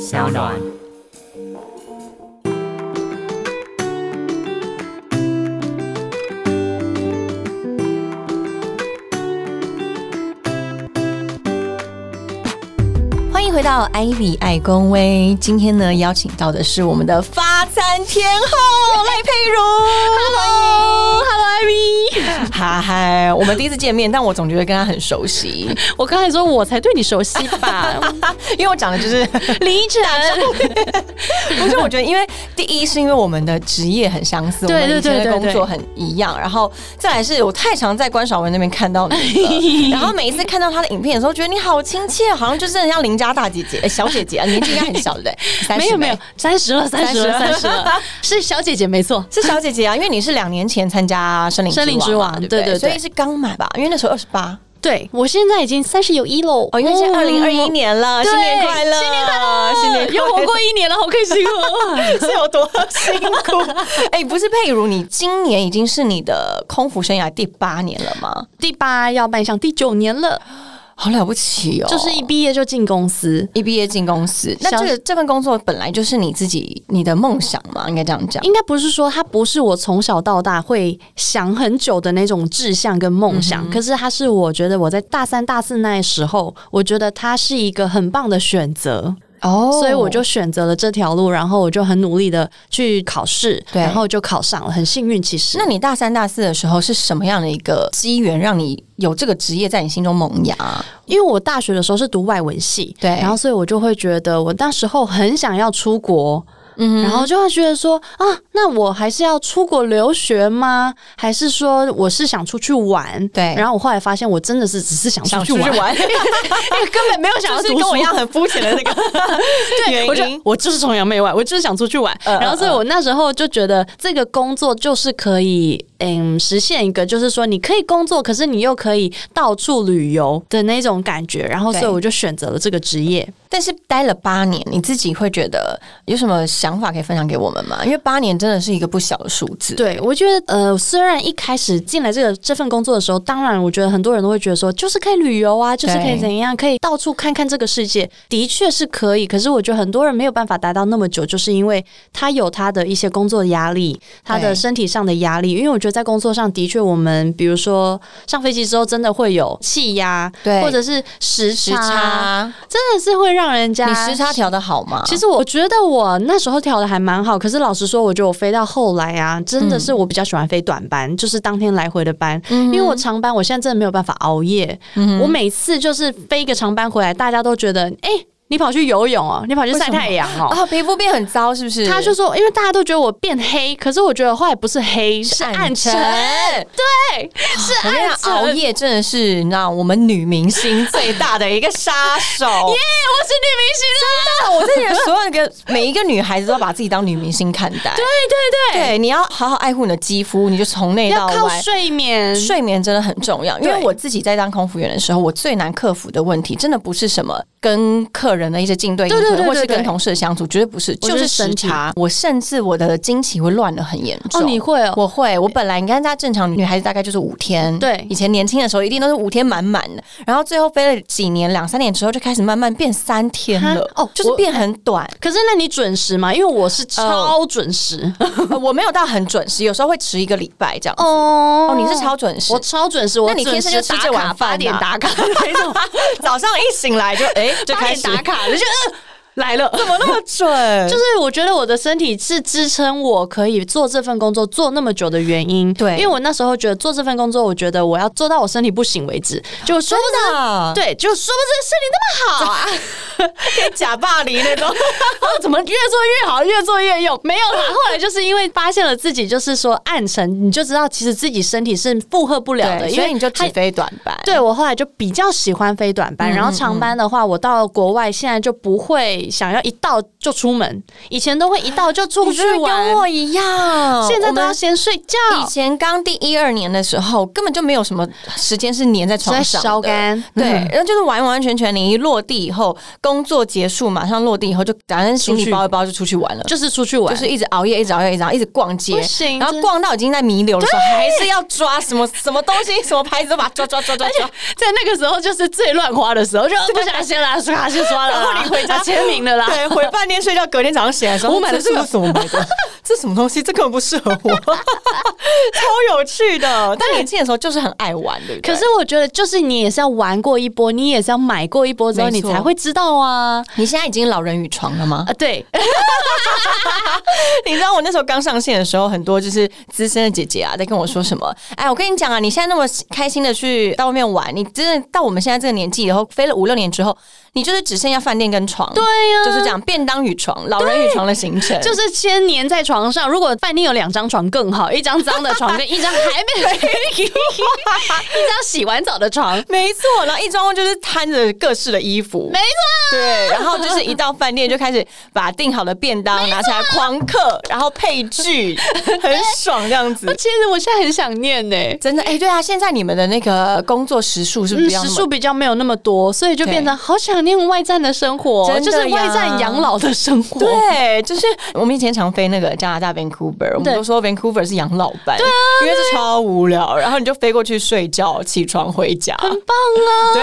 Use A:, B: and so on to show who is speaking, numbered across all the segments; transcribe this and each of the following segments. A: 小暖。
B: 欢迎回到艾比爱公威，今天呢邀请到的是我们的发餐天 后赖佩如。
C: Hello，艾米，
B: 嗨嗨，我们第一次见面，但我总觉得跟她很熟悉，
C: 我刚才说我才对你熟 悉吧？
B: 因为我讲的就是
C: 李晨，
B: 不是，我觉得，因为第一是因为我们的职业很相似，我
C: 对
B: 们以
C: 对
B: 前
C: 对
B: 的
C: 对
B: 工作很一样，然后再来是我太常在关少文那边看到 你了，然后每一次看到他的影片的时候，觉得你好亲切，好像就是很像邻家大姐 姐、呃小姐姐啊，年纪应该很小对不对？30
C: 没有没有
B: 呗，，
C: 三十了，三十了，
B: 三
C: 三
B: 十
C: 十
B: 了
C: 了，是小姐姐没错。
B: 是小姐姐啊，因为你是两年前参加森林
C: 森林之
B: 王嘛，
C: 王
B: 对不对
C: 对对对
B: 所以是刚买吧，因为那时候二十八
C: 对我现在已经三十有一喽，
B: 哦，因为是二零二一年了，
C: 对
B: 新年快乐，
C: 新年快乐，
B: 新年快乐
C: 又活过一年了，好开心 哦！
B: 是有多辛苦？ 哎、不是佩如，你今年已经是你的空服生涯第八年了吗？
C: 第八要迈向第九年了，
B: 好了不起哦！
C: 就是一毕业就进公司，
B: 一毕业进公司，那
C: 小
B: 这个这份工作本来就是你自己你的梦想嘛，应该这样讲。
C: 应该不是说它不是我从小到大会想很久的那种志向跟梦想，可是它是我觉得我在大三、大四那时候，我觉得它是一个很棒的选择，
B: 哦
C: 所以我就选择了这条路，然后我就很努力的去考试，
B: 对
C: 然后就考上了，很幸运。其实
B: 那你大三大四的时候是什么样的一个机缘，让你有这个职业在你心中萌芽？
C: 因为我大学的时候是读外文系，
B: 对
C: 然后所以我就会觉得我那时候很想要出国。嗯，然后就会觉得说啊，那我还是要出国留学吗？还是说我是想出去玩？
B: 对
C: 然后我后来发现，我真的是只是想出去玩，
B: 玩，
C: 因为根本没有想要
B: 就是
C: 读
B: 跟我
C: 书
B: 一。样很肤浅的那个
C: 对，我就
B: 原因
C: 我就是崇洋媚外，我就是想出去玩。
B: 嗯
C: 然后，所以我那时候就觉得这个工作就是可以，嗯，实现一个就是说你可以工作，可是你又可以到处旅游的那种感觉。然后，
B: 对
C: 所以我就选择了这个职业。
B: 但是待了八年，你自己会觉得有什么想法可以分享给我们吗？因为八年真的是一个不小的数字。
C: 对，我觉得呃，虽然一开始进来这个这份工作的时候，当然我觉得很多人都会觉得说，就是可以旅游啊，就是可以
B: 对
C: 怎样，可以到处看看这个世界，的确是可以。可是我觉得很多人没有办法达到那么久，就是因为他有他的一些工作压力，他
B: 对
C: 的身体上的压力。因为我觉得在工作上的确，我们比如说上飞机之后，真的会有气压，
B: 对
C: 或者是时
B: 时差，啊
C: 真的是会让人家
B: 你时差调的好吗？
C: 其实我觉得我那时候调的还蛮好，可是老实说，我觉得我飞到后来啊，真的是
B: 嗯
C: 我比较喜欢飞短班，就是当天来回的班，因为我长班我现在真的没有办法熬夜。
B: 嗯
C: 我每次就是飞一个长班回来，大家都觉得，哎、你跑去游泳哦，你跑去晒太阳哦。
B: 啊，皮肤变很糟是不是？
C: 他就说，因为大家都觉得我变黑，可是我觉得后来不是黑，是暗沉。对，是
B: 我跟你
C: 暗
B: 讲，
C: 沉。
B: 熬夜真的是那我们女明星最大 的一个杀 手。
C: 耶我是女明星啦！
B: 我真的觉得所有的每一个女孩子都要把自己当女明星看待。
C: 对对对，
B: 对，你要好好爱护你的肌肤，你就从内到
C: 要靠
B: 外。
C: 睡眠。
B: 睡眠真的很重要，因为
C: 对
B: 我自己在当空服员的时候，我最难克服的问题，真的不是什么跟客人的一些应对应
C: 对对
B: 对，
C: 对对
B: 或是跟
C: 对
B: 同事的相处，绝对不是，
C: 我
B: 就
C: 觉
B: 是
C: 得
B: 时
C: 身体
B: 差。我甚至我的经期会乱的很严重。
C: 哦，你会哦？
B: 我会，我本来你看，她正常女孩子大概就是五天，
C: 对
B: 以前年轻的时候一定都是五天满满的，然后最后飞了几年，两三年之后就开始慢慢变三天了，
C: 哈哦
B: 就是
C: 我
B: 变很 短。
C: 可是那你准时吗？因为我是超准时。
B: 呃我没有到很准时，有时候会迟一个礼拜这样。哦，
C: 哦
B: 你是超准时
C: 我，超准时，我
B: 那你天生就
C: 准时
B: 吃
C: 打
B: 这
C: 卡
B: 碗饭啊
C: 八点打卡 那种，
B: 早上一醒 来就哎、就
C: 八
B: 开
C: 点
B: 始
C: 打卡，你就嗯来了。
B: 怎么那么准？
C: 就是我觉得我的身体是支撑我可以做这份工作做那么久的原因，
B: 对
C: 因为我那时候觉得做这份工作，我觉得我要做到我身体不行为止，就说不
B: 真的啊
C: 对，就说不定身体那么好啊，
B: 对假霸凌那 种，
C: 然 后怎么越做越好，越做越用？没有 啦，后来就是因为发现了自己，就是说暗沉，你就知道其实自己身体是负荷不了的，
B: 对，
C: 因
B: 所
C: 为
B: 以你就
C: 它
B: 只飞短班。
C: 对我后来就比较喜欢飞短
B: 嗯
C: 班，然后长班的话，我到国外现在就不会想要一到就出门，以前都会一到就出
B: 你
C: 去
B: 真的
C: 玩
B: 跟，我一样，
C: 现在都
B: 我
C: 要
B: 们
C: 先睡觉。
B: 以前刚第一二年的时候，根本就没有什么时间是黏在床上的
C: 在烧干
B: 对
C: 嗯，
B: 然后就是完完全全，你一落地以后，工作结束，马上落地以后就反正行李包一包就出去玩了。
C: 就是出去玩，
B: 就是一直熬夜，一直熬夜，一直熬夜，一直逛街
C: 不，行
B: 然后
C: 真
B: 逛到已经在弥留的时候，还是要抓什么什么东西、什么牌子，都把它抓抓抓抓抓。
C: 在那个时候就是最乱花的时候，就不想先拉刷，先刷了啦。
B: 然后你回家
C: 啊先明的啦。
B: 对，回饭店睡觉，隔天早上起来的时候，
C: 我买的
B: 这
C: 这个
B: 是什么买的？这什么东西？这根本不适合我， 超有趣的。 但年轻的时候就是很爱玩，对不对？
C: 可是我觉得，就是你也是要玩过一波，你也是要买过一波之后，
B: 没
C: 你
B: 错
C: 才会知道啊。
B: 你现在已经老人与床了吗？
C: 啊，对，
B: 你知道我那时候刚上线的时候，很多就是资深的姐姐啊，在跟我说什 么？哎，我跟你讲啊，你现在那么开心的去到外面玩，你真的到我们现在这个年纪以后，飞了五六年之后，你就是只剩下饭店跟床，对
C: 呀
B: 就是这样，便当与床，老人与床的行程，
C: 就是是先黏在床上。如果饭店有两张床更好，一张脏的床跟一张还没 一张洗完澡的床。
B: 没错。然后一装就是摊着各式的衣服，
C: 没错，
B: 对，然后就是一到饭店就开始把订好的便 当拿起来狂嗑，然后配剧，很爽这样子。
C: 啊其实我现在很想念呢、
B: 真的哎、对啊，现在你们的那个工作时数是不是
C: 嗯，
B: 不要
C: 时
B: 那么
C: 数比较没有那么多，所以就
B: 对
C: 变成好想念外站的生活，
B: 真的
C: 就是外站
B: 呀
C: 养老的生活。
B: 对，就是我们以前常飞那个加拿大 Vancouver，我们
C: 对
B: 都说 Vancouver 是养老班，对啊，因为是超无聊，然后你就飞过去睡觉，起床回家，很
C: 棒 啊！
B: 对。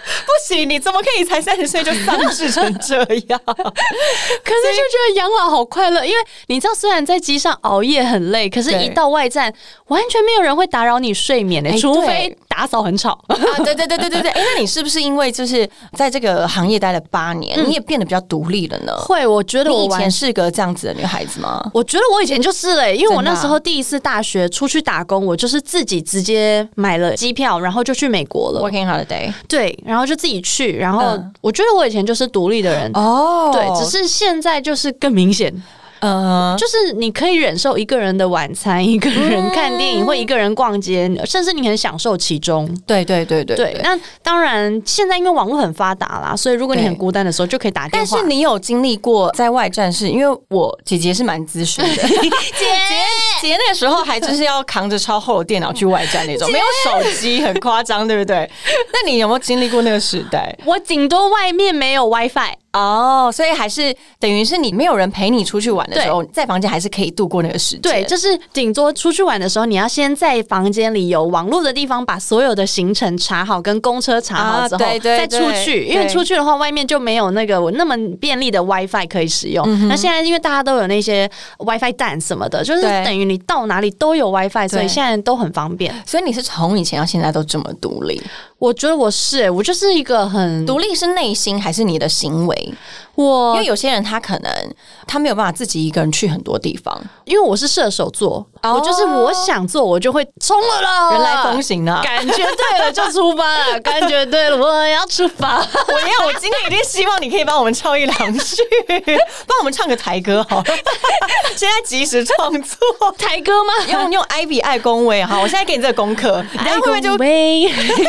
B: 不行，你怎么可以才三十岁就丧志成这 样？啊
C: 可是就觉得养老好快乐，因为你知道，虽然在机上熬夜很累，可是
B: 对
C: 一到外站，完全没有人会打扰你睡眠的、
B: 哎
C: 除
B: 对
C: 非打扫很吵。
B: 啊，对对对对对对，哎、那你是不是因为就是在这个行业待了八年，你也变得比较独立了呢？
C: 会，我觉得
B: 你
C: 我
B: 以前嗯
C: 完。
B: 是个这样子的女孩子吗？
C: 我觉得我以前就是嘞、因为我
B: 真的啊
C: 那时候第一次大学出去打工，我就是自己直接买了机票，然后就去美国了。
B: Working holiday
C: 对，然后就自己去，然后
B: 嗯
C: 我觉得我以前就是独立的人，
B: 哦
C: 对，只是现在就是更明显，
B: 呃，
C: 就是你可以忍受一个人的晚餐，一个人看电影，或一个人逛街，甚至你很享受其中。
B: 对对对嗯对
C: 对，那当然，现在因为网络很发达啦，所以如果你
B: 对
C: 很孤单的时候，就可以打电
B: 但
C: 话。
B: 是你有经历过在外战事？因为我姐姐是蛮资深 的，姐姐姐那个时候还就是要扛着超厚的电脑去外战那种，没有手机，很夸张，对不 对？那你有没有经历过那个时代？
C: 我顶多外面没有 WiFi，
B: 哦，所以还是等于是你没有人陪你出去玩的时候，在房间还是可以度过那个时间。
C: 对，就是顶多出去玩的时候，你要先在房间里有网络的地方，把所有的行程查好，跟公车查好
B: 啊
C: 之后，
B: 对对
C: 再出
B: 对
C: 去。因为
B: 对
C: 出去的话，外面就没有那个我那么便利的 WiFi 可以使用。
B: 嗯
C: 那现在因为大家都有那些 WiFi 蛋什么的，就是
B: 对
C: 等于你到哪里都有 WiFi，所以
B: 对
C: 现在都很方便。
B: 所以你是从以前到现在都这么独立，
C: 我觉得我是、欸，我就是一个很
B: 独立是内心还是你的行为？因
C: 我
B: 为有些人他可能他没有办法自己一个人去很多地方，
C: 因为我是射手座，
B: 哦
C: 我就是我想做，我就会冲了啦，
B: 人来疯行啊。
C: 感觉对了就出发了，感觉对了我要出发。
B: 我要，我今天一定希望你可以帮我们唱一两句，帮我们唱个台歌好了。现在即时创作，
C: 台哥 吗？
B: 用用艾比爱恭维哈，我现在给你这个功 课，你待会不会就
C: 爱恭维？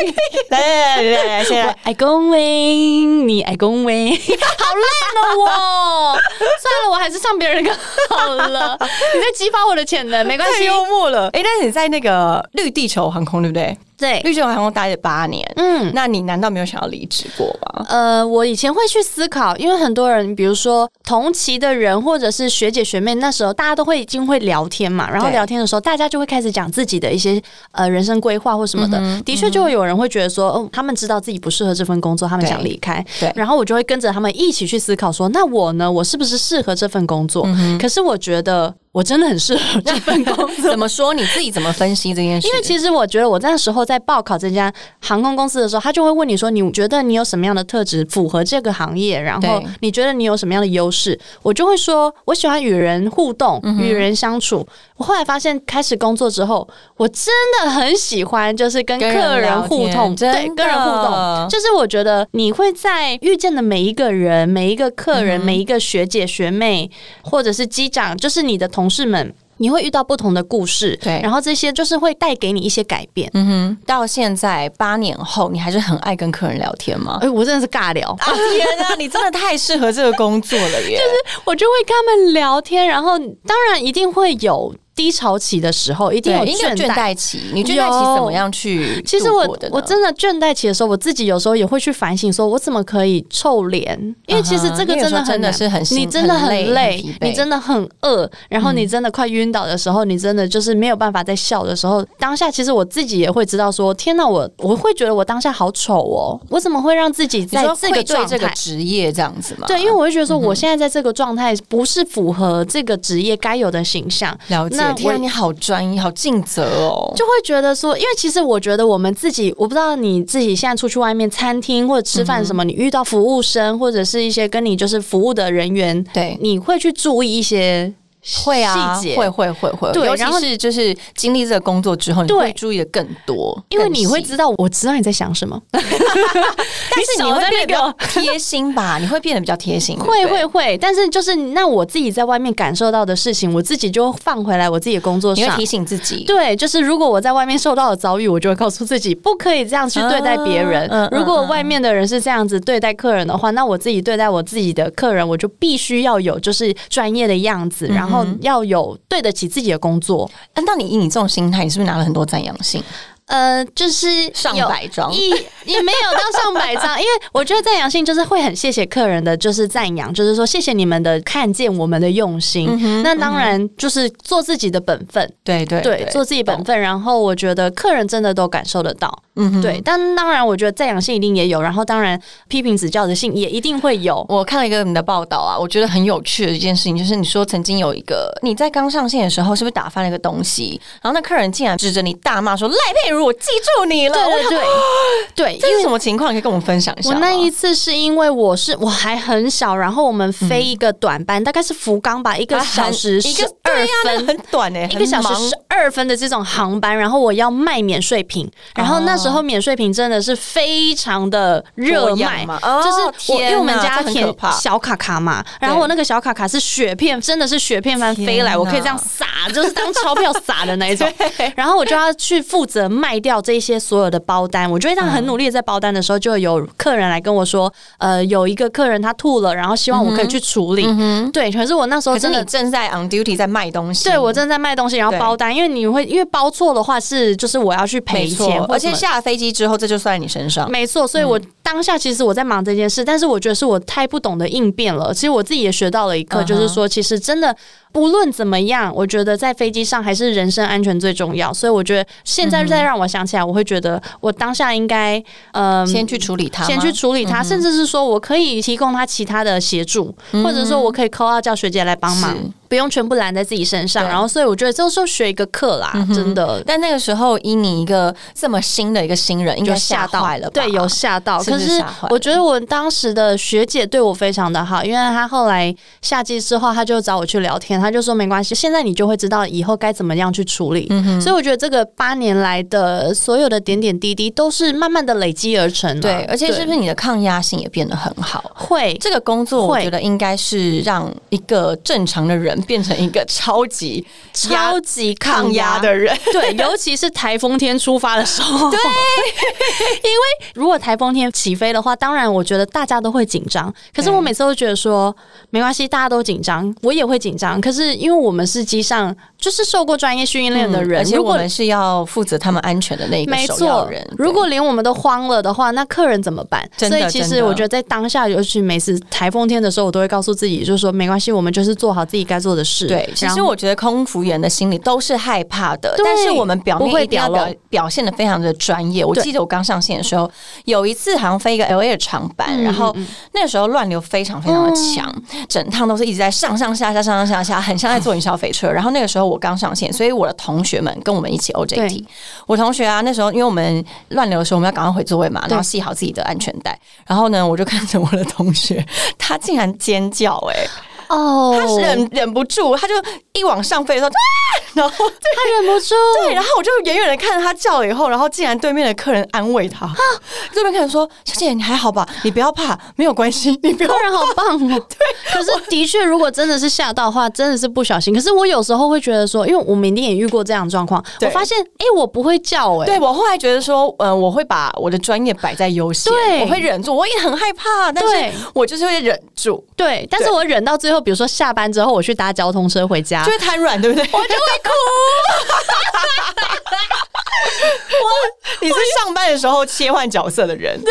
B: 来来来来来，现
C: 我
B: 在
C: 爱恭维，哎你哎爱恭维， 好烂哦！我 算了，我还是唱别人的歌好 了。你在激发我的潜能，没关
B: 太
C: 系。
B: 幽默了。哎、但是你在那个绿地球航空对不对？
C: 对，
B: 绿地球航空待了八年，
C: 嗯。
B: 那你难道没有想要离职过吗？
C: 呃，我以前会去思考，因为很多人，比如说同期的人或者是学姐学妹，那时候大家都会已经会聊天嘛，然后
B: 对
C: 聊天的时候，大家就会开始讲自己的一些呃人生规划或什么的。
B: 嗯
C: 的确，就会有人会觉得说，哦，他们知道自己不适合这份工作，他们
B: 对
C: 想离开。
B: 对
C: 然后我就会跟着他们一起去思考说，那我呢，我是不是适合这份工作？
B: 嗯
C: 可是我觉得我真的很适合这份工 作。
B: 怎么说？你自己怎么分析这件事？
C: 因为其实我觉得我那时候在报考这家航空公司的时候，他就会问你说，你觉得你有什么样的特质符合这个行业？然后
B: 对
C: 你觉得你有什么样的优势？我就会说，我喜欢与人互动，
B: 嗯
C: 与人相处。我后来发现，开始工作之后，我真的很喜欢，就是跟
B: 跟人
C: 客人
B: 聊
C: 互
B: 天
C: 动，
B: 真
C: 对，跟人互动
B: 的，
C: 就是我觉得你会在遇见的每一个人、每一个客人、每一个学姐学妹，或者是机长，就是你的同事们。你会遇到不同的故事，
B: 对
C: 然后这些就是会带给你一些改变。哎、
B: 到现在八年后，你还是很爱跟客人聊天吗？
C: 哎我真的是尬 聊，
B: 啊天啊，你真的太适 合这个工作了耶！
C: 我就会跟他们聊天，然后当然一定会有。低潮期的时候，一定有
B: 对，应该
C: 倦
B: 倦
C: 怠。
B: 怠期，你倦怠期怎么样去？
C: 其实我我
B: 的
C: 真的倦怠期的时候，我自己有时候也会去反省，说我怎么可以臭脸？因为其实这个
B: 嗯你有时候
C: 的很
B: 真的
C: 难
B: 是很辛
C: 你真的
B: 很累
C: 很
B: 很疲
C: 累，
B: 惫嗯
C: 你真的很饿，然后你真的快晕倒的时候，你真的就是没有办法再笑的时候，当下其实我自己也会知道说，天哪，我我会觉得我当下好丑哦，我怎么会让自己
B: 你
C: 在
B: 说
C: 这
B: 愧
C: 个
B: 对
C: 状
B: 这个嗯
C: 态？
B: 职业这样子吗？
C: 对，因为我会觉得说，我现在在这个状态不是符合这个职业该有的形象，
B: 了解
C: 那，
B: 天
C: 我
B: 啊，你好专一，好尽责哦。
C: 就会觉得说，因为其实我觉得我们自己，我不知道你自己现在出去外面餐厅或者吃饭什么，你遇到服务生或者是一些跟你就是服务的人员，
B: 对
C: 你会去注意一些
B: 会啊，
C: 细节
B: 会会会会，
C: 对
B: 尤其
C: 然后
B: 是就是经历这个工作之后，你
C: 对
B: 会注意的更多，
C: 因为你会
B: 更细，
C: 知道，我知道你在想 什么，但
B: 但是你会变得比
C: 个
B: 较贴心吧？ 你会变得比较贴心，
C: 会
B: 对不对
C: 会会，但是就是那我自己在外面感受到的事情，我自己就放回来我自己的工作
B: 你会
C: 上
B: 提。醒自己，
C: 对，就是如果我在外面受到的遭遇，我就会告诉自己不可以这样去对待别人。
B: 嗯嗯嗯
C: 如果外面的人是这样子对待客人的话，那我自己对待我自己的客人，我就必须要有就是专业的样子，然后要有对得起自己的工作。
B: 啊那你以你这种心态，你是不是拿了很多赞扬信？
C: 呃，就是
B: 上
C: 有
B: 百张
C: 一也没有到上百 张，因为我觉得赞扬性就是会很谢谢客人的，就是赞扬，就是说谢谢你们的看见我们的用心。那当然就是做自己的本分，
B: 对对
C: 对，做自己本分。然后我觉得客人真的都感受得到，嗯，对。但当然，我觉得赞扬性一定也有，然后当然批评指教的性也一定会有。
B: 我看了一个你的报道啊，我觉得很有趣的一件事情，就是你说曾经有一个你在刚上线的时候，是不是打翻了一个东西？然后那客人竟然指着你大骂说：“赖佩如，我记住你了。”我
C: 对
B: 想
C: 对对，
B: 这
C: 对，
B: 是
C: 因为
B: 什么情况？可以跟我们分享一下
C: 我
B: 吗？
C: 那一次是啊因为我是我还很小，然后我们飞一个短班，大概是福冈吧，一个
B: 啊
C: 小
B: 很
C: 时
B: 一
C: 十
B: 个对
C: 二
B: 呀那
C: 分。
B: 很短哎、
C: 一个小时
B: 很忙
C: 十二分的这种航班，然后我要卖免税品，然后那时候免税品真的是非常的热
B: 哦多
C: 卖
B: 样，嘛哦
C: 就是我因
B: 天
C: 为我们
B: 哪
C: 家
B: 这很
C: 填
B: 可怕
C: 小卡卡嘛，然后我那个小卡卡是雪片，真的是雪片般飞来，
B: 天
C: 我可以
B: 哪
C: 这样撒，就是当钞票撒的那 一种。然后我就要去负责卖掉这些所有的包单，我就会让很努力的在包单的时候，就有客人来跟我说，呃，有一个客人他吐了，然后希望
B: 嗯
C: 我可以去处理。对，可是我那时候
B: 可是
C: 真
B: 你
C: 的
B: 正在 on duty 在卖东西，
C: 对我正在卖东西，然后
B: 嗯对
C: 包单，因为你会因为包错的话是就是我要去赔
B: 没错
C: 钱，，
B: 而且嗯
C: 下。
B: 下了飞机之后，这就算在你身上。
C: 没错，所以我当下其实我在忙这件事，但是我觉得是我太不懂得应变了。其实我自己也学到了一课
B: 嗯哼
C: 就是说，其实真的不论怎么样，我觉得在飞机上还是人身安全最重要。所以我觉得现
B: 嗯
C: 在再让我想起来，我会觉得我当下应该嗯、呃
B: 先去处理它吗，嗯
C: 先去处理它，甚至是说我可以提供他其他的协助，或者说我可以 call out 叫学姐来帮忙
B: 嗯是，
C: 不用全部揽在自己身上。
B: 对嗯
C: 然后，所以我觉得这时候学一个课啦，真的
B: 但那个时候，以你一个这么新的一个新人，应
C: 有
B: 该吓
C: 到
B: 坏了吧？
C: 对，有吓到。
B: 是不
C: 可
B: 是
C: 是
B: 吓坏
C: 我觉得我当时的学姐对我非常的好，因为她后来下机之后，她就找我去聊天，她就说没关系，现在你就会知道以后该怎么样去处理。
B: 嗯
C: 所以我觉得这个八年来的所有的点点滴滴都是慢慢的累积而成的、
B: 对，而且是不
C: 对
B: 是你的抗压性也变得很好？
C: 会？
B: 这个工作，我
C: 会
B: 觉得应该是让一个正常的人变成一个超级压
C: 超级
B: 抗
C: 抗
B: 压
C: 压
B: 的人。
C: 对，尤其是台风天出发的时候，对， 因为如果台风天起飞的话，当然我觉得大家都会紧张。可是我
B: 对
C: 每次都觉得说，没关系，大家都紧张，我也会紧张。可是因为我们是机上就是受过专业训练的
B: 嗯
C: 人，
B: 而且
C: 如
B: 我
C: 果
B: 们是要负责他们安全的那一个
C: 没
B: 首要
C: 错
B: 人。，对
C: 如果连我们都慌了的话，那客人怎么办？
B: 真
C: 所
B: 的
C: 以其
B: 真
C: 实
B: 的
C: 我觉得在当下，尤其每次台风天的时候，我都会告诉自己，就是说没关系，我们就是做好自己该做的事。
B: 对，其
C: 然
B: 实
C: 后
B: 我觉得空服员的心里都是害怕的，
C: 对
B: 但是我们表
C: 不会
B: 面一定要
C: 表
B: 表表现的非常的专业。我
C: 对
B: 记得我刚上线的时候，有一次好像飞一个 L A 的长
C: 嗯
B: 班，然后那时候乱流非常非常的强，
C: 哦
B: 整趟都是一直在上上下下上上下下，很像在坐云霄飞车。然后那个时候我刚上线，所以我的同学们跟我们一起 O J
C: 对
B: T。我同学啊，那时候因为我们乱流的时候，我们要赶快回座位嘛，
C: 对
B: 然后系好自己的安全带。然后呢，我就看着我的同学，他竟然尖叫哎、
C: 哦，
B: 他
C: 他
B: 忍忍不住，他就一往上飞的时候，啊， 然后
C: 忍不住，
B: 对，然后我就远远的看着他叫了以后，然后竟然对面的客人安慰
C: 啊
B: 他，对面客人说：“小姐，你还好吧？你不要怕，没有关系， 你不要
C: 客。人好棒哦！ 对，可是的确，如果真的是吓到的话，真的是不小心。可是我有时候会觉得说，因为我们一定也遇过这样的状况，我
B: 对
C: 发现，哎、我不会叫、诶，
B: 对我后来觉得说，嗯、我会把我的专业摆在优先，
C: 对
B: 我会忍住，我也很害怕，但
C: 对
B: 是我就是会忍住。
C: 啊 对，但是我忍到最后，比如说下班之后，我去搭交通车回家，
B: 就会瘫软，对不对？我
C: 就会 哭。
B: 你是上班的时候切换角色的人，对，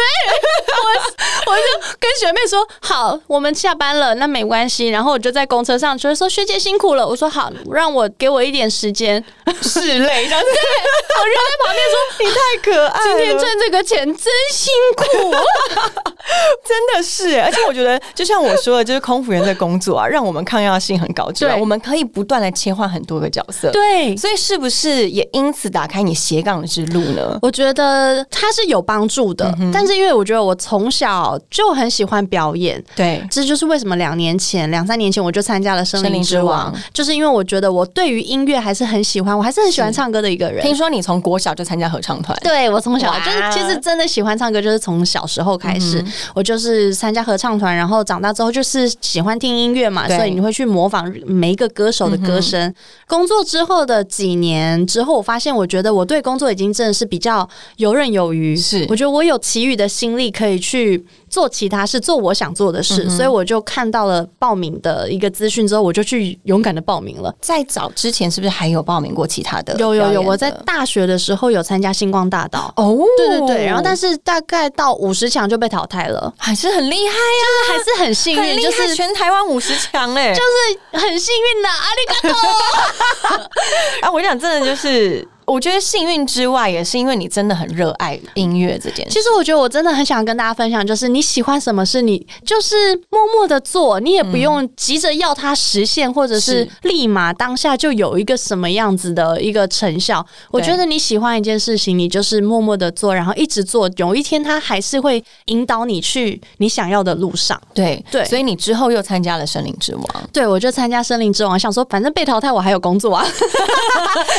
C: 我我就跟学妹说好，我们下班了，那没关系。然后我就在公车上就会说学姐辛苦了，我说好，让我给我一点时 间。
B: 是累，这样子
C: 我就在旁边 说
B: 你太可爱
C: 今
B: 了，
C: 天赚这个钱真辛 苦。
B: 真的是耶，而且我觉得，就像我说的，就是空服员的工作啊，让我们抗压性很高，之外，
C: 对
B: 我们可以不断的切换很多个角色，，
C: 对，
B: 所以是不是也因此打开你斜杠之路呢？
C: 我觉得它是有帮助的，
B: 嗯
C: 但是因为我觉得我从小就很喜欢表演。
B: 对，
C: 这就是为什么两年前、两三年前我就参加了《森
B: 森
C: 林
B: 林
C: 之
B: 之
C: 王》
B: 王
C: 就是因为我觉得我对于音乐还是很喜欢，我还是很喜欢唱歌的一个人。
B: 听说你从国小就参加合唱团，
C: 对我从小
B: 哇嗯
C: 就是其实真的喜欢唱歌，就是从小时候开始，我就是参加合唱团，然后长大之后就是喜欢听音乐嘛，
B: 对嗯
C: 所以你会去模仿每一个歌手的歌声。工作之后的几年之后，我发现我觉得我对工作已经真的是比较游刃有余，
B: 是
C: 我觉得我有其余的心力可以去。做其他事，做我想做的
B: 嗯
C: 事，所以我就看到了报名的一个资讯之后，我就去勇敢的报名了。
B: 在早之前是不是还有报名过其他的表
C: 有
B: 演的？
C: 有有，我在大学的时候有参加星光大道，
B: 哦，
C: 对对对，然后但
B: 是
C: 是大概到五十强就被淘汰了，
B: 还是很厉害 呀、
C: 还是啊很幸
B: 啊，很
C: 运，
B: 厉
C: 就
B: 害，
C: 是。
B: 全台湾五十强 哎，
C: 就是很幸运的， 阿里嘎多。
B: 啊，我想真的就是，我觉得幸运之外，也是因为你真的很热爱音乐这件事。
C: 其实我觉得我真的很想跟大家分享，就是你喜欢什么事，你就是默默的做，你也不用急着要它实现，或者是
B: 是
C: 立马当下就有一个什么样子的一个成效。我觉得你喜欢一件事情，你就是默默的做，然后一直做，有一天它还是会引导你去你想要的路上。
B: 对
C: 对
B: 所以你之后又参加了《森林之王》
C: 对，我就参加森林之王，想说反正被淘汰我还有工作啊。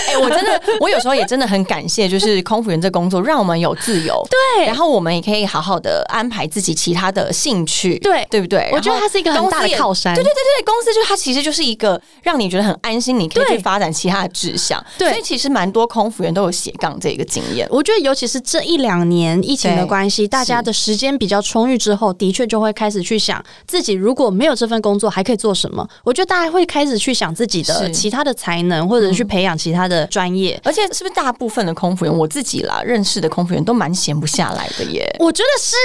B: 哎、我真的，我有时候也真的很感谢，就是空服员这工作，让我们有自由，
C: 对
B: 然后我们也可以好好的安排自己其他的兴趣，
C: 对
B: 对不对？
C: 我觉得它是一个很大的靠
B: 山。
C: 山。
B: 对对对对，公司就它其实就是一个让你觉得很安心，你可以
C: 对
B: 去发展其他的志向。
C: 对
B: 所以其实蛮多空服员都有斜杠这个经验。
C: 我觉得，尤其是这一两年疫情的
B: 对
C: 关系，大家的时间比较充裕之后，的确就会开始去想自己如果没有这份工作还可以做什么。我觉得大家会开始去想自己的
B: 是
C: 其他的才能，或者去培养其他的专业。
B: 而且是不是大部分的空服员，我自己啦认识的空服员都蛮闲不下来的耶。
C: 我觉得是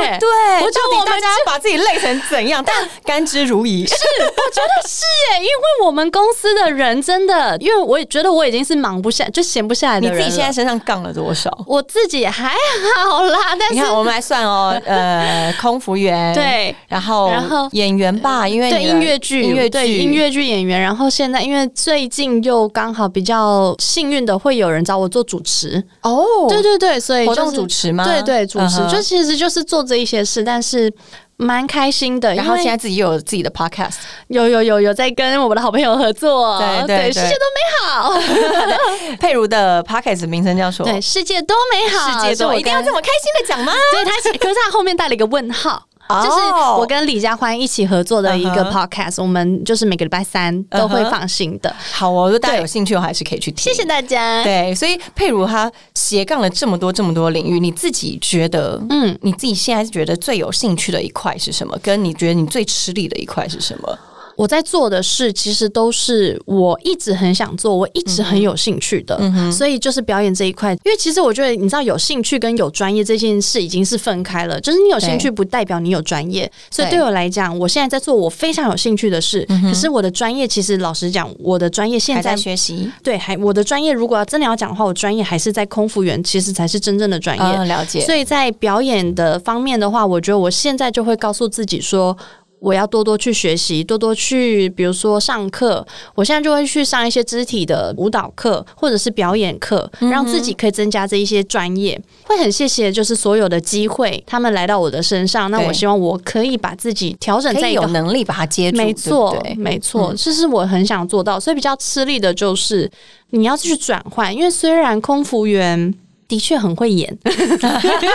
C: 耶，
B: 对，
C: 我觉
B: 到
C: 得
B: 底
C: 我们
B: 大家把自己累成怎样？但甘之如饴，
C: 我觉得是耶，因为我们公司的人真的，因为我也觉得我已经是忙不下，就闲不下来的
B: 你
C: 人
B: 自
C: 了。
B: 己现在身上杠了多少？
C: 我自己还好啦，但
B: 你
C: 是
B: 看，我们来算 哦，呃，空服员，
C: 对，
B: 然后
C: 然后呃
B: 演员吧，因为
C: 对
B: 你的
C: 音乐剧，
B: 音乐
C: 对
B: 剧，
C: 音乐剧演员。然后现在因为最近又刚好比较幸运的，会有人找我做主持，
B: 哦，
C: 对对对，所以、就
B: 活
C: 是、
B: 动主持吗？
C: 对对主持，
B: 嗯哼
C: 就其实就是做这一些事，但是。蛮开心的，
B: 然后
C: 因为
B: 现在自己又有自己的 podcast，
C: 有有有有在跟我们的好朋友合作，
B: 对对对
C: 世界都美好，
B: 佩如的 podcast 名称叫 什么？
C: 对世界都美好，
B: 世界
C: 是我
B: 中一定要
C: 跟
B: 这么开心的讲吗？
C: 对他写，可是他后面带了一个问号。
B: 哦
C: 就是我跟李佳欢一起合作的一个
B: 嗯
C: podcast，、我们就是每个礼拜三都会
B: 嗯哼
C: 放新的。
B: 好哦，如果大家
C: 对
B: 有兴趣的话，还是可以去听。
C: 谢谢大 家。
B: 对，所以佩如她斜杠了这么多这么多领域，你自己觉得，
C: 嗯
B: 嗯，你自己现在觉得最有兴趣的一块是什么？跟你觉得你最吃力的一块是什么？
C: 我在做的事其实都是我一直很想做，我一直很有兴趣的，
B: 嗯
C: 所以就是表演这一块。因为其实我觉得，你知道，有兴趣跟有专业这件事已经是分开了，就是你有兴趣不代表你有专业。所以对我来讲，我现在在做我非常有兴趣的事，可是我的专业其实老实讲，我的专业
B: 嗯
C: 现
B: 还
C: 在
B: 在学习，
C: 对，还我的专业如果要真的要讲的话，我专业还是在空服员，其实才是真正的专业。
B: 嗯，了解。
C: 所以在表演的方面的话，我觉得我现在就会告诉自己说。我要多多去学习，多多去，比如说上课。我现在就会去上一些肢体的舞蹈课，或者是表演课，
B: 嗯
C: 让自己可以增加这一些专业。会很谢谢，就是所有的机会，他们来到我的身上。那我
B: 对
C: 希望我可以把自己调整
B: 可
C: 在
B: 以
C: 一个
B: 有能力把它接住，
C: 没错，
B: 对不嗯对
C: 没错，这是我很想做到，所以比较吃力的就是你要去转换，因为虽然空服员。的确很会演，
B: 嗯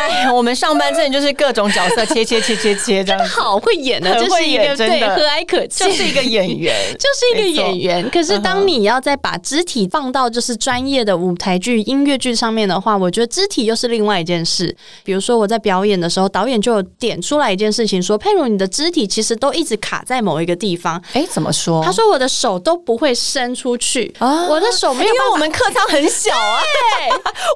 B: 哎，我们上班真的就是各种角色切切切切切这样子，
C: 好会演的，
B: 很
C: 这
B: 会
C: 是一
B: 演
C: 个
B: 真
C: 对
B: 的
C: 和蔼可 亲，。
B: 就是一个演员
C: 就是一个演员。可是
B: 嗯
C: 当你要再把肢体放到就是专业的舞台剧、音乐剧上面的话，我觉得肢体又是另外一件事。比如说我在表演的时候，导演就有点出来一件事情说佩如，你的肢体其实都一直卡在某一个地方。
B: 哎、怎么说？
C: 他说我的手都不会伸出去，
B: 啊
C: 我的手没
B: 因
C: 有
B: 为我
C: 办法。
B: 们客舱很小 啊，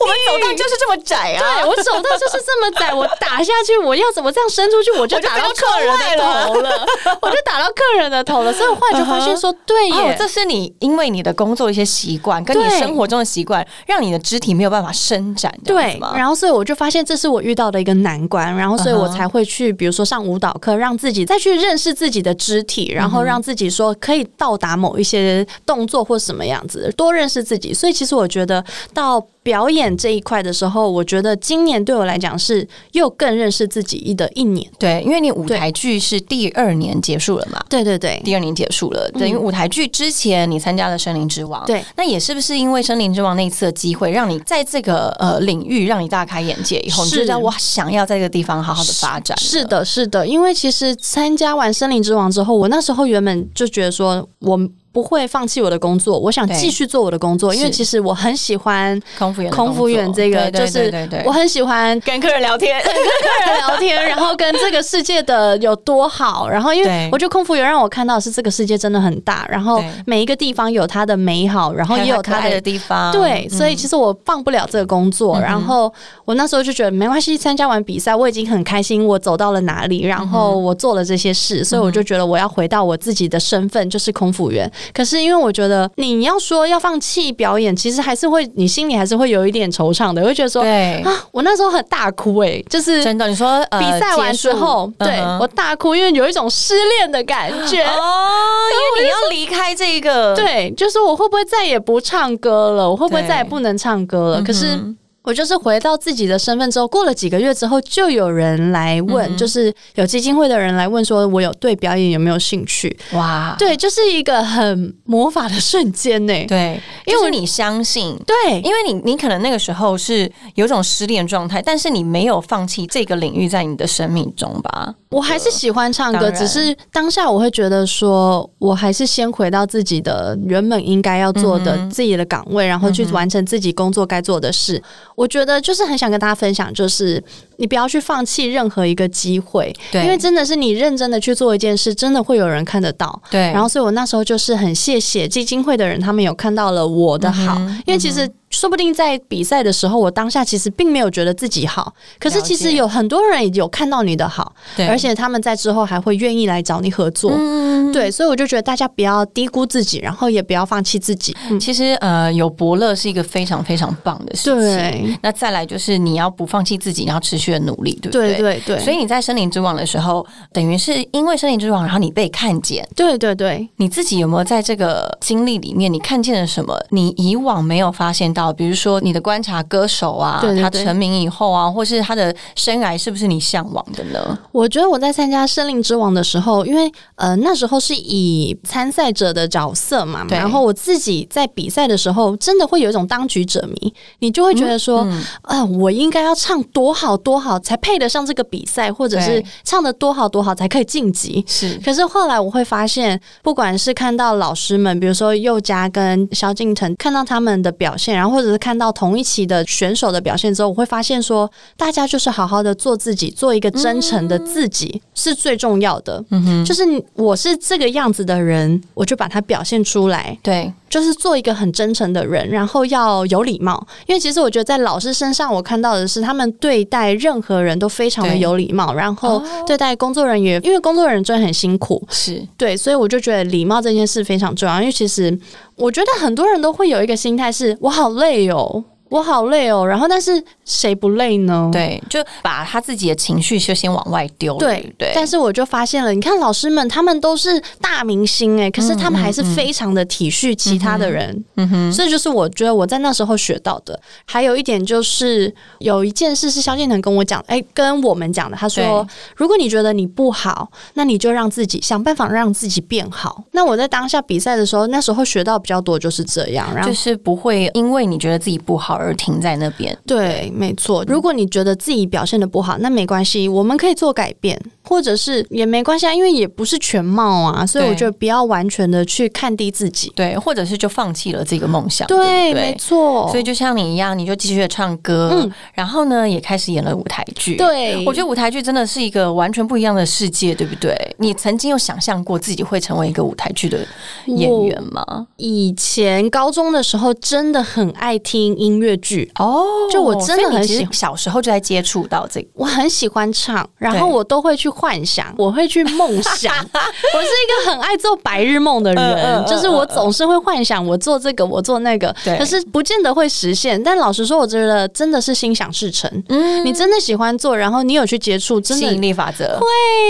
B: 我们走道就是这么窄啊，
C: 对我手到就是这么窄，我打下去，我要怎么这样伸 出去，我就
B: 我就
C: 打到
B: 飞到
C: 客人
B: 窗外
C: 的头了，我就打到客人的头了。所以我后来就发现说，对
B: 哦
C: 耶，，
B: 这是你因为你的工作一些习惯，跟你
C: 对
B: 生活中的习惯，让你的肢体没有办法伸展，这样
C: 对
B: 子，吗？嗯
C: 然后所以我就发现这是我遇到的一个难关，然后所以我才会去，比如说上舞蹈课，让自己再去认识自己的肢体，然
B: 嗯
C: 后让自己说可以到达某一些动作或什么样子，多认识自己。所以其实我觉得到表演这一块的时候，我觉得今年对我来讲是又更认识自己的一年。
B: 对，因为你舞台剧是第二年结束了嘛。
C: 对对对，
B: 第二年结束了，等于舞台剧之前你参加了《森林之王》，
C: 嗯对，
B: 那也是不是因为《森林之王》那一次的机会，让你在这个呃领域让你大开眼界以后，你
C: 是
B: 就知道我想要在这个地方好好的发展
C: 是的，是的，因为其实参加完《森林之王》之后，我那时候原本就觉得说，我不会放弃我的工作，我想
B: 对
C: 继续做我的工作，因为
B: 是
C: 其实我很喜欢
B: 空服员的工作，
C: 空服员这个，
B: 对
C: 就
B: 对对
C: 是
B: 对对
C: 我很喜欢跟
B: 跟客人聊 天，
C: 客人聊天，然后跟这个世界的有多好，然后因
B: 对
C: 为我觉得空服员让我看到的是这个世界真的很大，然后
B: 对
C: 每一个地方有它的美好，然后也 有
B: 可
C: 它
B: 爱
C: 的
B: 的地方，
C: 对，
B: 嗯
C: 所以其实我放不了这个工作，然后我那时候就觉得没关系，参加完比赛我已经很开心，我走到了哪里，然后
B: 嗯
C: 我做了这些事，所以我就觉得我要回到我自己的身份，就是空服员。可是因为我觉得你要说要放弃表演，其实还是会，你心里还是会有一点惆怅的，会觉得说
B: 对，
C: 啊，我那时候很大哭诶、就是
B: 真的，你说呃
C: 比赛完之后，
B: 结束
C: 对、
B: 嗯哼
C: 我大哭，因为有一种失恋的感 觉。
B: 哦，因为你要离开这一个，
C: 对，就是我会不会再也不唱歌了？我会不会
B: 对
C: 再也不能唱歌了？可是。我就是回到自己的身份之后，过了几个月之后，就有人来问，就是有基金会的人来问，说我有对表演有没有兴趣？
B: 哇，
C: 对，就是一个很魔法的瞬间呢、
B: 对，因为你相信。
C: 对，
B: 因为你，你可能那个时候是有种失恋状态，但是你没有放弃这个领域在你的生命中吧？
C: 我还是喜欢唱
B: 啊当
C: 歌，
B: 然
C: 只是当下我会觉得说，我还是先回到自己的原本应该要做
B: 嗯
C: 的自己的岗位，然后去完成自己工作该做的事。我觉得就是很想跟大家分享，就是你不要去放弃任何一个机会，
B: 对
C: 因为真的是你认真的去做一件事，真的会有人看得到。
B: 对，
C: 然后，所以我那时候就是很谢谢基金会的人，他们有看到了我的好，
B: 嗯
C: 因为其实说不定在比赛的时候，我当下其实并没有觉得自己好，可是
B: 了解
C: 其实有很多人有看到你的好，
B: 对
C: 而且他们在之后还会愿意来找你合作。
B: 嗯
C: 对，所以我就觉得大家不要低估自己，然后也不要放弃自己。嗯，
B: 其实呃，有伯乐是一个非常非常棒的事情。
C: 对，
B: 那再来就是你要不放弃自己，然后持续的努力，对不
C: 对
B: 对
C: 对对，
B: 所以你在森林之王的时候，等于是因为森林之王，然后你被看见，
C: 对对对，
B: 你自己有没有在这个经历里面，你看见了什么？你以往没有发现到，比如说你的观察歌手啊，
C: 对对
B: 他
C: 对
B: 成名以后啊，或是他的生涯是不是你向往的呢？
C: 我觉得我在参加《森林之王》的时候，因为呃那时候是以参赛者的角色嘛，
B: 对
C: 然后我自己在比赛的时候，真的会有一种当局者迷，你就会觉得说，嗯、我应该要唱多好多好才配得上这个比赛，或者是
B: 对
C: 唱的多好多好才可以晋级。
B: 是
C: 可是后来我会发现，不管是看到老师们，比如说佑嘉跟萧敬腾，看到他们的表现，然后或者是看到同一期的选手的表现之后，我会发现说，大家就是好好的做自己，做一个真诚的自己、是最重要的。嗯哼，就是你我是这个样子的人，我就把它表现出来。
B: 对，
C: 就是做一个很真诚的人，然后要有礼貌。因为其实我觉得在老师身上，我看到的是他们对待任何人都非常的
B: 对
C: 有礼貌，然后对待工作人员，因为工作人员真的很辛苦，
B: 是
C: 对，所以我就觉得礼貌这件事非常重要。因为其实我觉得很多人都会有一个心态是，我好累哦，我好累哦。然后，但是谁不累呢？
B: 对，就把他自己的情绪就先往外丢了，对
C: 对
B: 不对，
C: 但是我就发现了，你看老师们，他们都是大明星哎、可是他们还是非常的体恤其他的人，嗯哼，这就是我觉得我在那时候学到的。还有一点就是，有一件事是萧敬腾跟我讲，哎、跟我们讲的，他说，如果你觉得你不好，那你就让自己想办法让自己变好。那我在当下比赛的时候，那时候学到比较多就是这样，然后
B: 就是不会因为你觉得自己不好，而停在那边。
C: 对，没错。如果你觉得自己表现的不好，那没关系，我们可以做改变，或者是也没关系啊，因为也不是全貌啊，所以
B: 对
C: 我觉得不要完全的去看低自己。
B: 对，或者是就放弃了这个梦想。对
C: 对，
B: 不对
C: 没错。
B: 所以就像你一样，你就继续地唱歌，
C: 嗯
B: 然后呢，也开始演了舞台剧。，
C: 对，
B: 我觉得舞台剧真的是一个完全不一样的世界，对不对？你曾经有想象过自己会成为一个舞台剧的演员吗？
C: 以前高中的时候真的很爱听音乐剧，
B: 哦，
C: 就我
B: 所
C: 真的
B: 以你
C: 很
B: 其
C: 喜
B: 实小时候就在接触到这个。
C: 我很喜欢唱，然后
B: 对
C: 我都会去幻 想，我会去梦想。 我是一个很爱做白日梦的
B: 嗯嗯
C: 人，
B: 嗯
C: 就是我总是会幻想我做这个，我做那个，
B: 对
C: 可是不见得会实现。但老实说，我觉得真的是心想事成。
B: 嗯，
C: 你真的喜欢做，然后你有去接触，真
B: 吸
C: 的
B: 引力法则，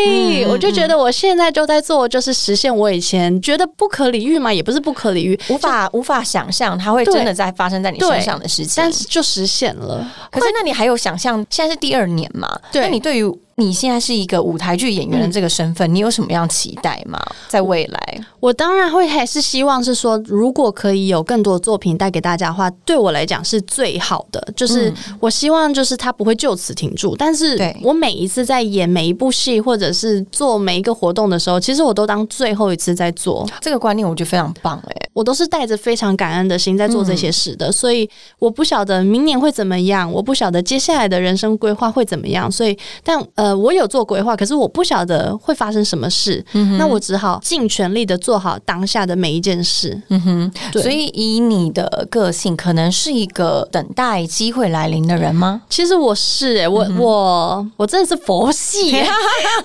C: 对，
B: 嗯
C: 我就觉得我现在就在做，就是实现我以前觉得不可理喻嘛，也不是不可理喻，
B: 无法无法想象它会
C: 对
B: 真的在发生在你
C: 对
B: 身上的事情。
C: 但是就实现了。
B: 可是那你还有想象？现在是第二年嘛？
C: 对
B: 那你对于你现在是一个舞台剧演员的这个身份，你有什么样期待吗？在未来，
C: 我当然会还是希望是说，如果可以有更多作品带给大家的话，对我来讲是最好的。就是我希望就是它不会就此停住，但是
B: 对
C: 我每一次在演每一部戏或者是做每一个活动的时候，其实我都当最后一次在做，
B: 这个观念我觉得非常棒哎、
C: 我都是带着非常感恩的心在做这些事的。所以我不晓得明年会怎么样，我不晓得接下来的人生规划会怎么样。所以，但呃，我有做规划，可是我不晓得会发生什么事，那我只好尽全力的做好当下的每一件事。对
B: 所以以你的个性，可能是一个等待机会来临的人吗？
C: 其实我是哎、我、我我真的是佛系、欸，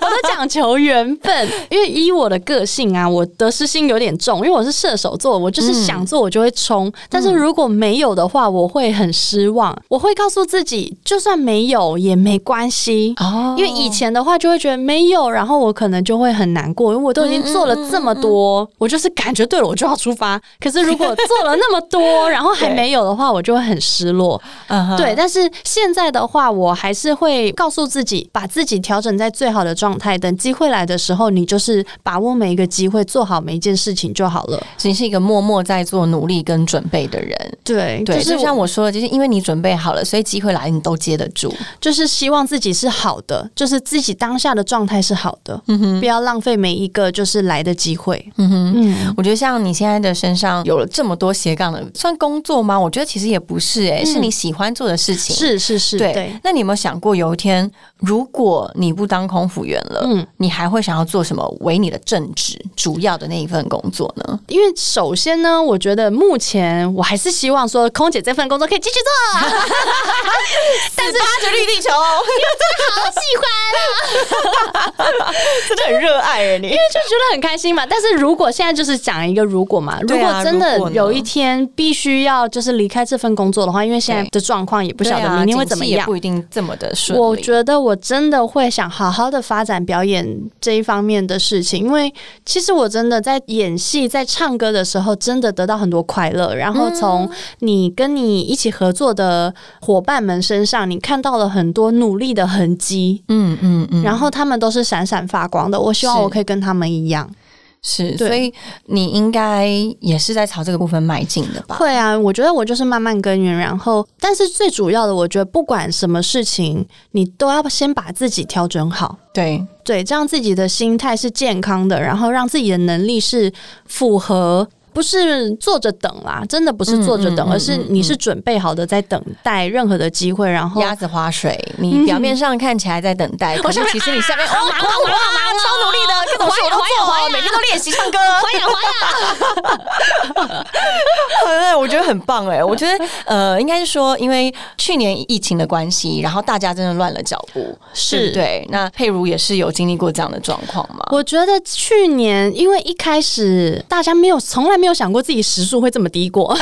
C: 我都讲求缘分。因为依我的个性啊，我得失心有点重，因为我是射手座，我就是想做我就会冲，但是如果没有的话，我会很失望。我会告诉自己，就算没有也没关系。
B: 哦
C: 因为以前的话就会觉得没有，然后我可能就会很难过，因为我都已经做了这么多，我就是感觉对了，我就要出发。可是如果做了那么多，然后还没有的话，我就会很失落。
B: 嗯哼
C: 对，但是现在的话，我还是会告诉自己，把自己调整在最好的状态。等机会来的时候，你就是把握每一个机会，做好每一件事情就好了。
B: 你是一个默默在做努力跟准备的人。
C: 对
B: 对，
C: 就是
B: 就像我说的，就是因为你准备好了，所以机会来你都接得住。
C: 就是希望自己是好的，就是自己当下的状态是好的，不要浪费每一个就是来的机会。嗯哼，嗯，
B: 我觉得像你现在的身上有了这么多斜杠的，算工作吗？我觉得其实也不是、欸，是你喜欢做的事情。
C: 嗯是是是，
B: 对，
C: 对。
B: 那你有没有想过有一天，如果你不当空服员了，
C: 嗯
B: 你还会想要做什么为你的正职主要的那一份工作呢？
C: 因为首先呢，我觉得目前我还是希望说，空姐这份工作可以继续做，
B: 但是八着绿地球，哦
C: 好喜欢。
B: 真的很热爱哎、你。
C: 就觉得很开心嘛。但是如果现在就是讲一个如果嘛，如
B: 对
C: 果
B: 啊
C: 真的
B: 如果呢
C: 有一天必须要就是离开这份工作的话，因为现在
B: 对啊
C: 的状况也不
B: 不
C: 晓得明天会怎么样。
B: 不一定这么的顺利。
C: 我觉得我真的会想好好的发展表演这一方面的事情，因为其实我真的在演戏、在唱歌的时候，真的得到很多快乐。然后从你跟你一起合作的伙伴们身上，你看到了很多努力的痕迹，
B: 嗯嗯嗯，
C: 然后他们都是闪闪发光的。我希望
B: 是
C: 我可以跟他们一样。
B: 是，
C: 对
B: 所以你应该也是在朝这个部分迈进的吧？
C: 会啊，我觉得我就是慢慢耕耘，然后，但是最主要的，我觉得不管什么事情，你都要先把自己调整好，
B: 对，
C: 对，这样自己的心态是健康的，然后让自己的能力是符合。不是坐着等啦，真的不是坐着等，
B: 嗯嗯嗯
C: 而是你是准备好的，在等待任何的机会，然后
B: 鸭子划水，你表面上看起来在等待，可是其实你下面哦，我好忙，我好忙，超努力的，各种事我都做好了，每天都练习唱歌，
C: 呀呀，
B: 哎，我觉得很棒哎，我觉得呃，应该是说，因为去年疫情的关系，然后大家真的乱了脚步，对
C: 是
B: 不对。那佩如也是有经历过这样的状况嘛？
C: 我觉得去年因为一开始大家没有从来没有想过自己时速会这么低过，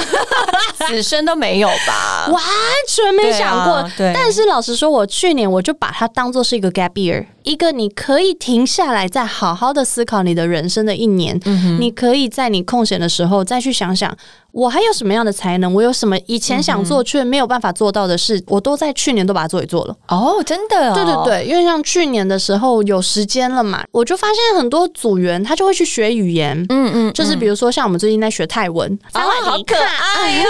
B: 此生都没有吧？
C: 完全没想过。
B: 对啊对
C: 但是老实说，我去年我就把它当做是一个 gap year，一个你可以停下来，再好好的思考你的人生的一年。
B: 嗯
C: 你可以在你空闲的时候再去想想，我还有什么样的才能，我有什么以前
B: 嗯
C: 想做却没有办法做到的事，我都在去年都把它做一做了。
B: 哦，真的、哦，
C: 对对。对，因为像去年的时候有时间了嘛，我就发现很多组员他就会去学语言。
B: 嗯嗯，
C: 就是比如说，像我们最近在学泰文，
B: 啊，
C: 三万
B: 好
C: 尼
B: 可爱哟、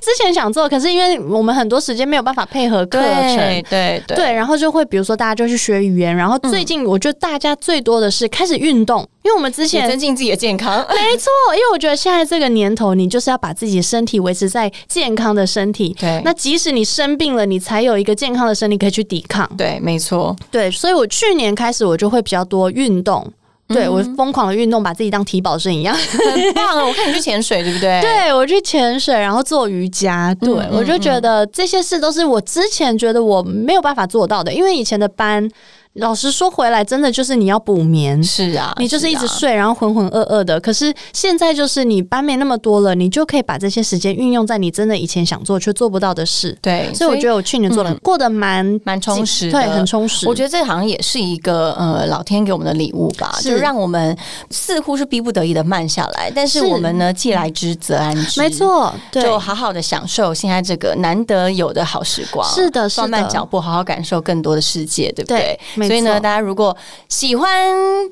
C: 之前想做，可是因为我们很多时间没有办法配合 课
B: 对
C: 程。
B: 对对嗯
C: 对，然后就会比如说大家就去学语言，然后最近我觉得大家最多的是开始运动，因为我们之
B: 也
C: 前
B: 增进自己的健康。
C: 没错，因为我觉得现在这个年头，你就是要把自己的身体维持在健康的身体。
B: 对
C: 那即使你生病了，你才有一个健康的身体可以去抵抗。
B: 对，没错，
C: 对，所以我去年开始我就会比较多运动，对、
B: 嗯
C: 我疯狂的运动，把自己当体保生一样。
B: 很棒哦！我看你去潜水，对不对？嗯
C: 对我去潜水，然后做瑜伽，对、
B: 嗯嗯
C: 我就觉得这些事都是我之前觉得我没有办法做到的，因为以前的班，老实说回来，真的就是你要补眠。
B: 是啊，
C: 你就是一直
B: 啊
C: 睡，然后浑浑噩噩的。可是现在就是你班没那么多了，你就可以把这些时间运用在你真的以前想做却做不到的事。
B: 对，嗯
C: 所以我觉得我去年做了、过得蛮
B: 蛮充实的
C: 对，很充实。
B: 我觉得这好像也是一个呃老天给我们的礼物吧，
C: 是
B: 就让我们似乎是逼不得已的慢下来，但是
C: 是
B: 我们呢既来之则安之，
C: 没。错，对，
B: 就好好的享受现在这个难得有的好时光，
C: 是的是的
B: 放慢脚步，好好感受更多的世界，对不
C: 对没错
B: 所以呢，大家如果喜欢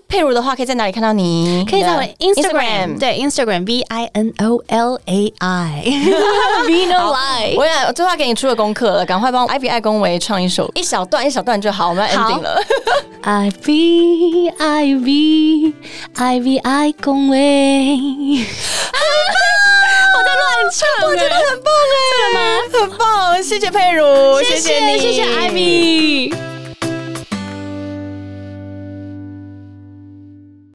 B: 佩如的话，可以在哪里看到你？
C: 可以在我的 Instagram，
B: Instagram
C: 对 Instagram V I N O L A I V No Lie。
B: 我想最后要给你出了功课了，赶快帮 Ivy 爱公维唱一首一小段一小段就好，我们要
C: 好
B: ending 了。
C: I V I V I V I 恭维。欸
B: 欸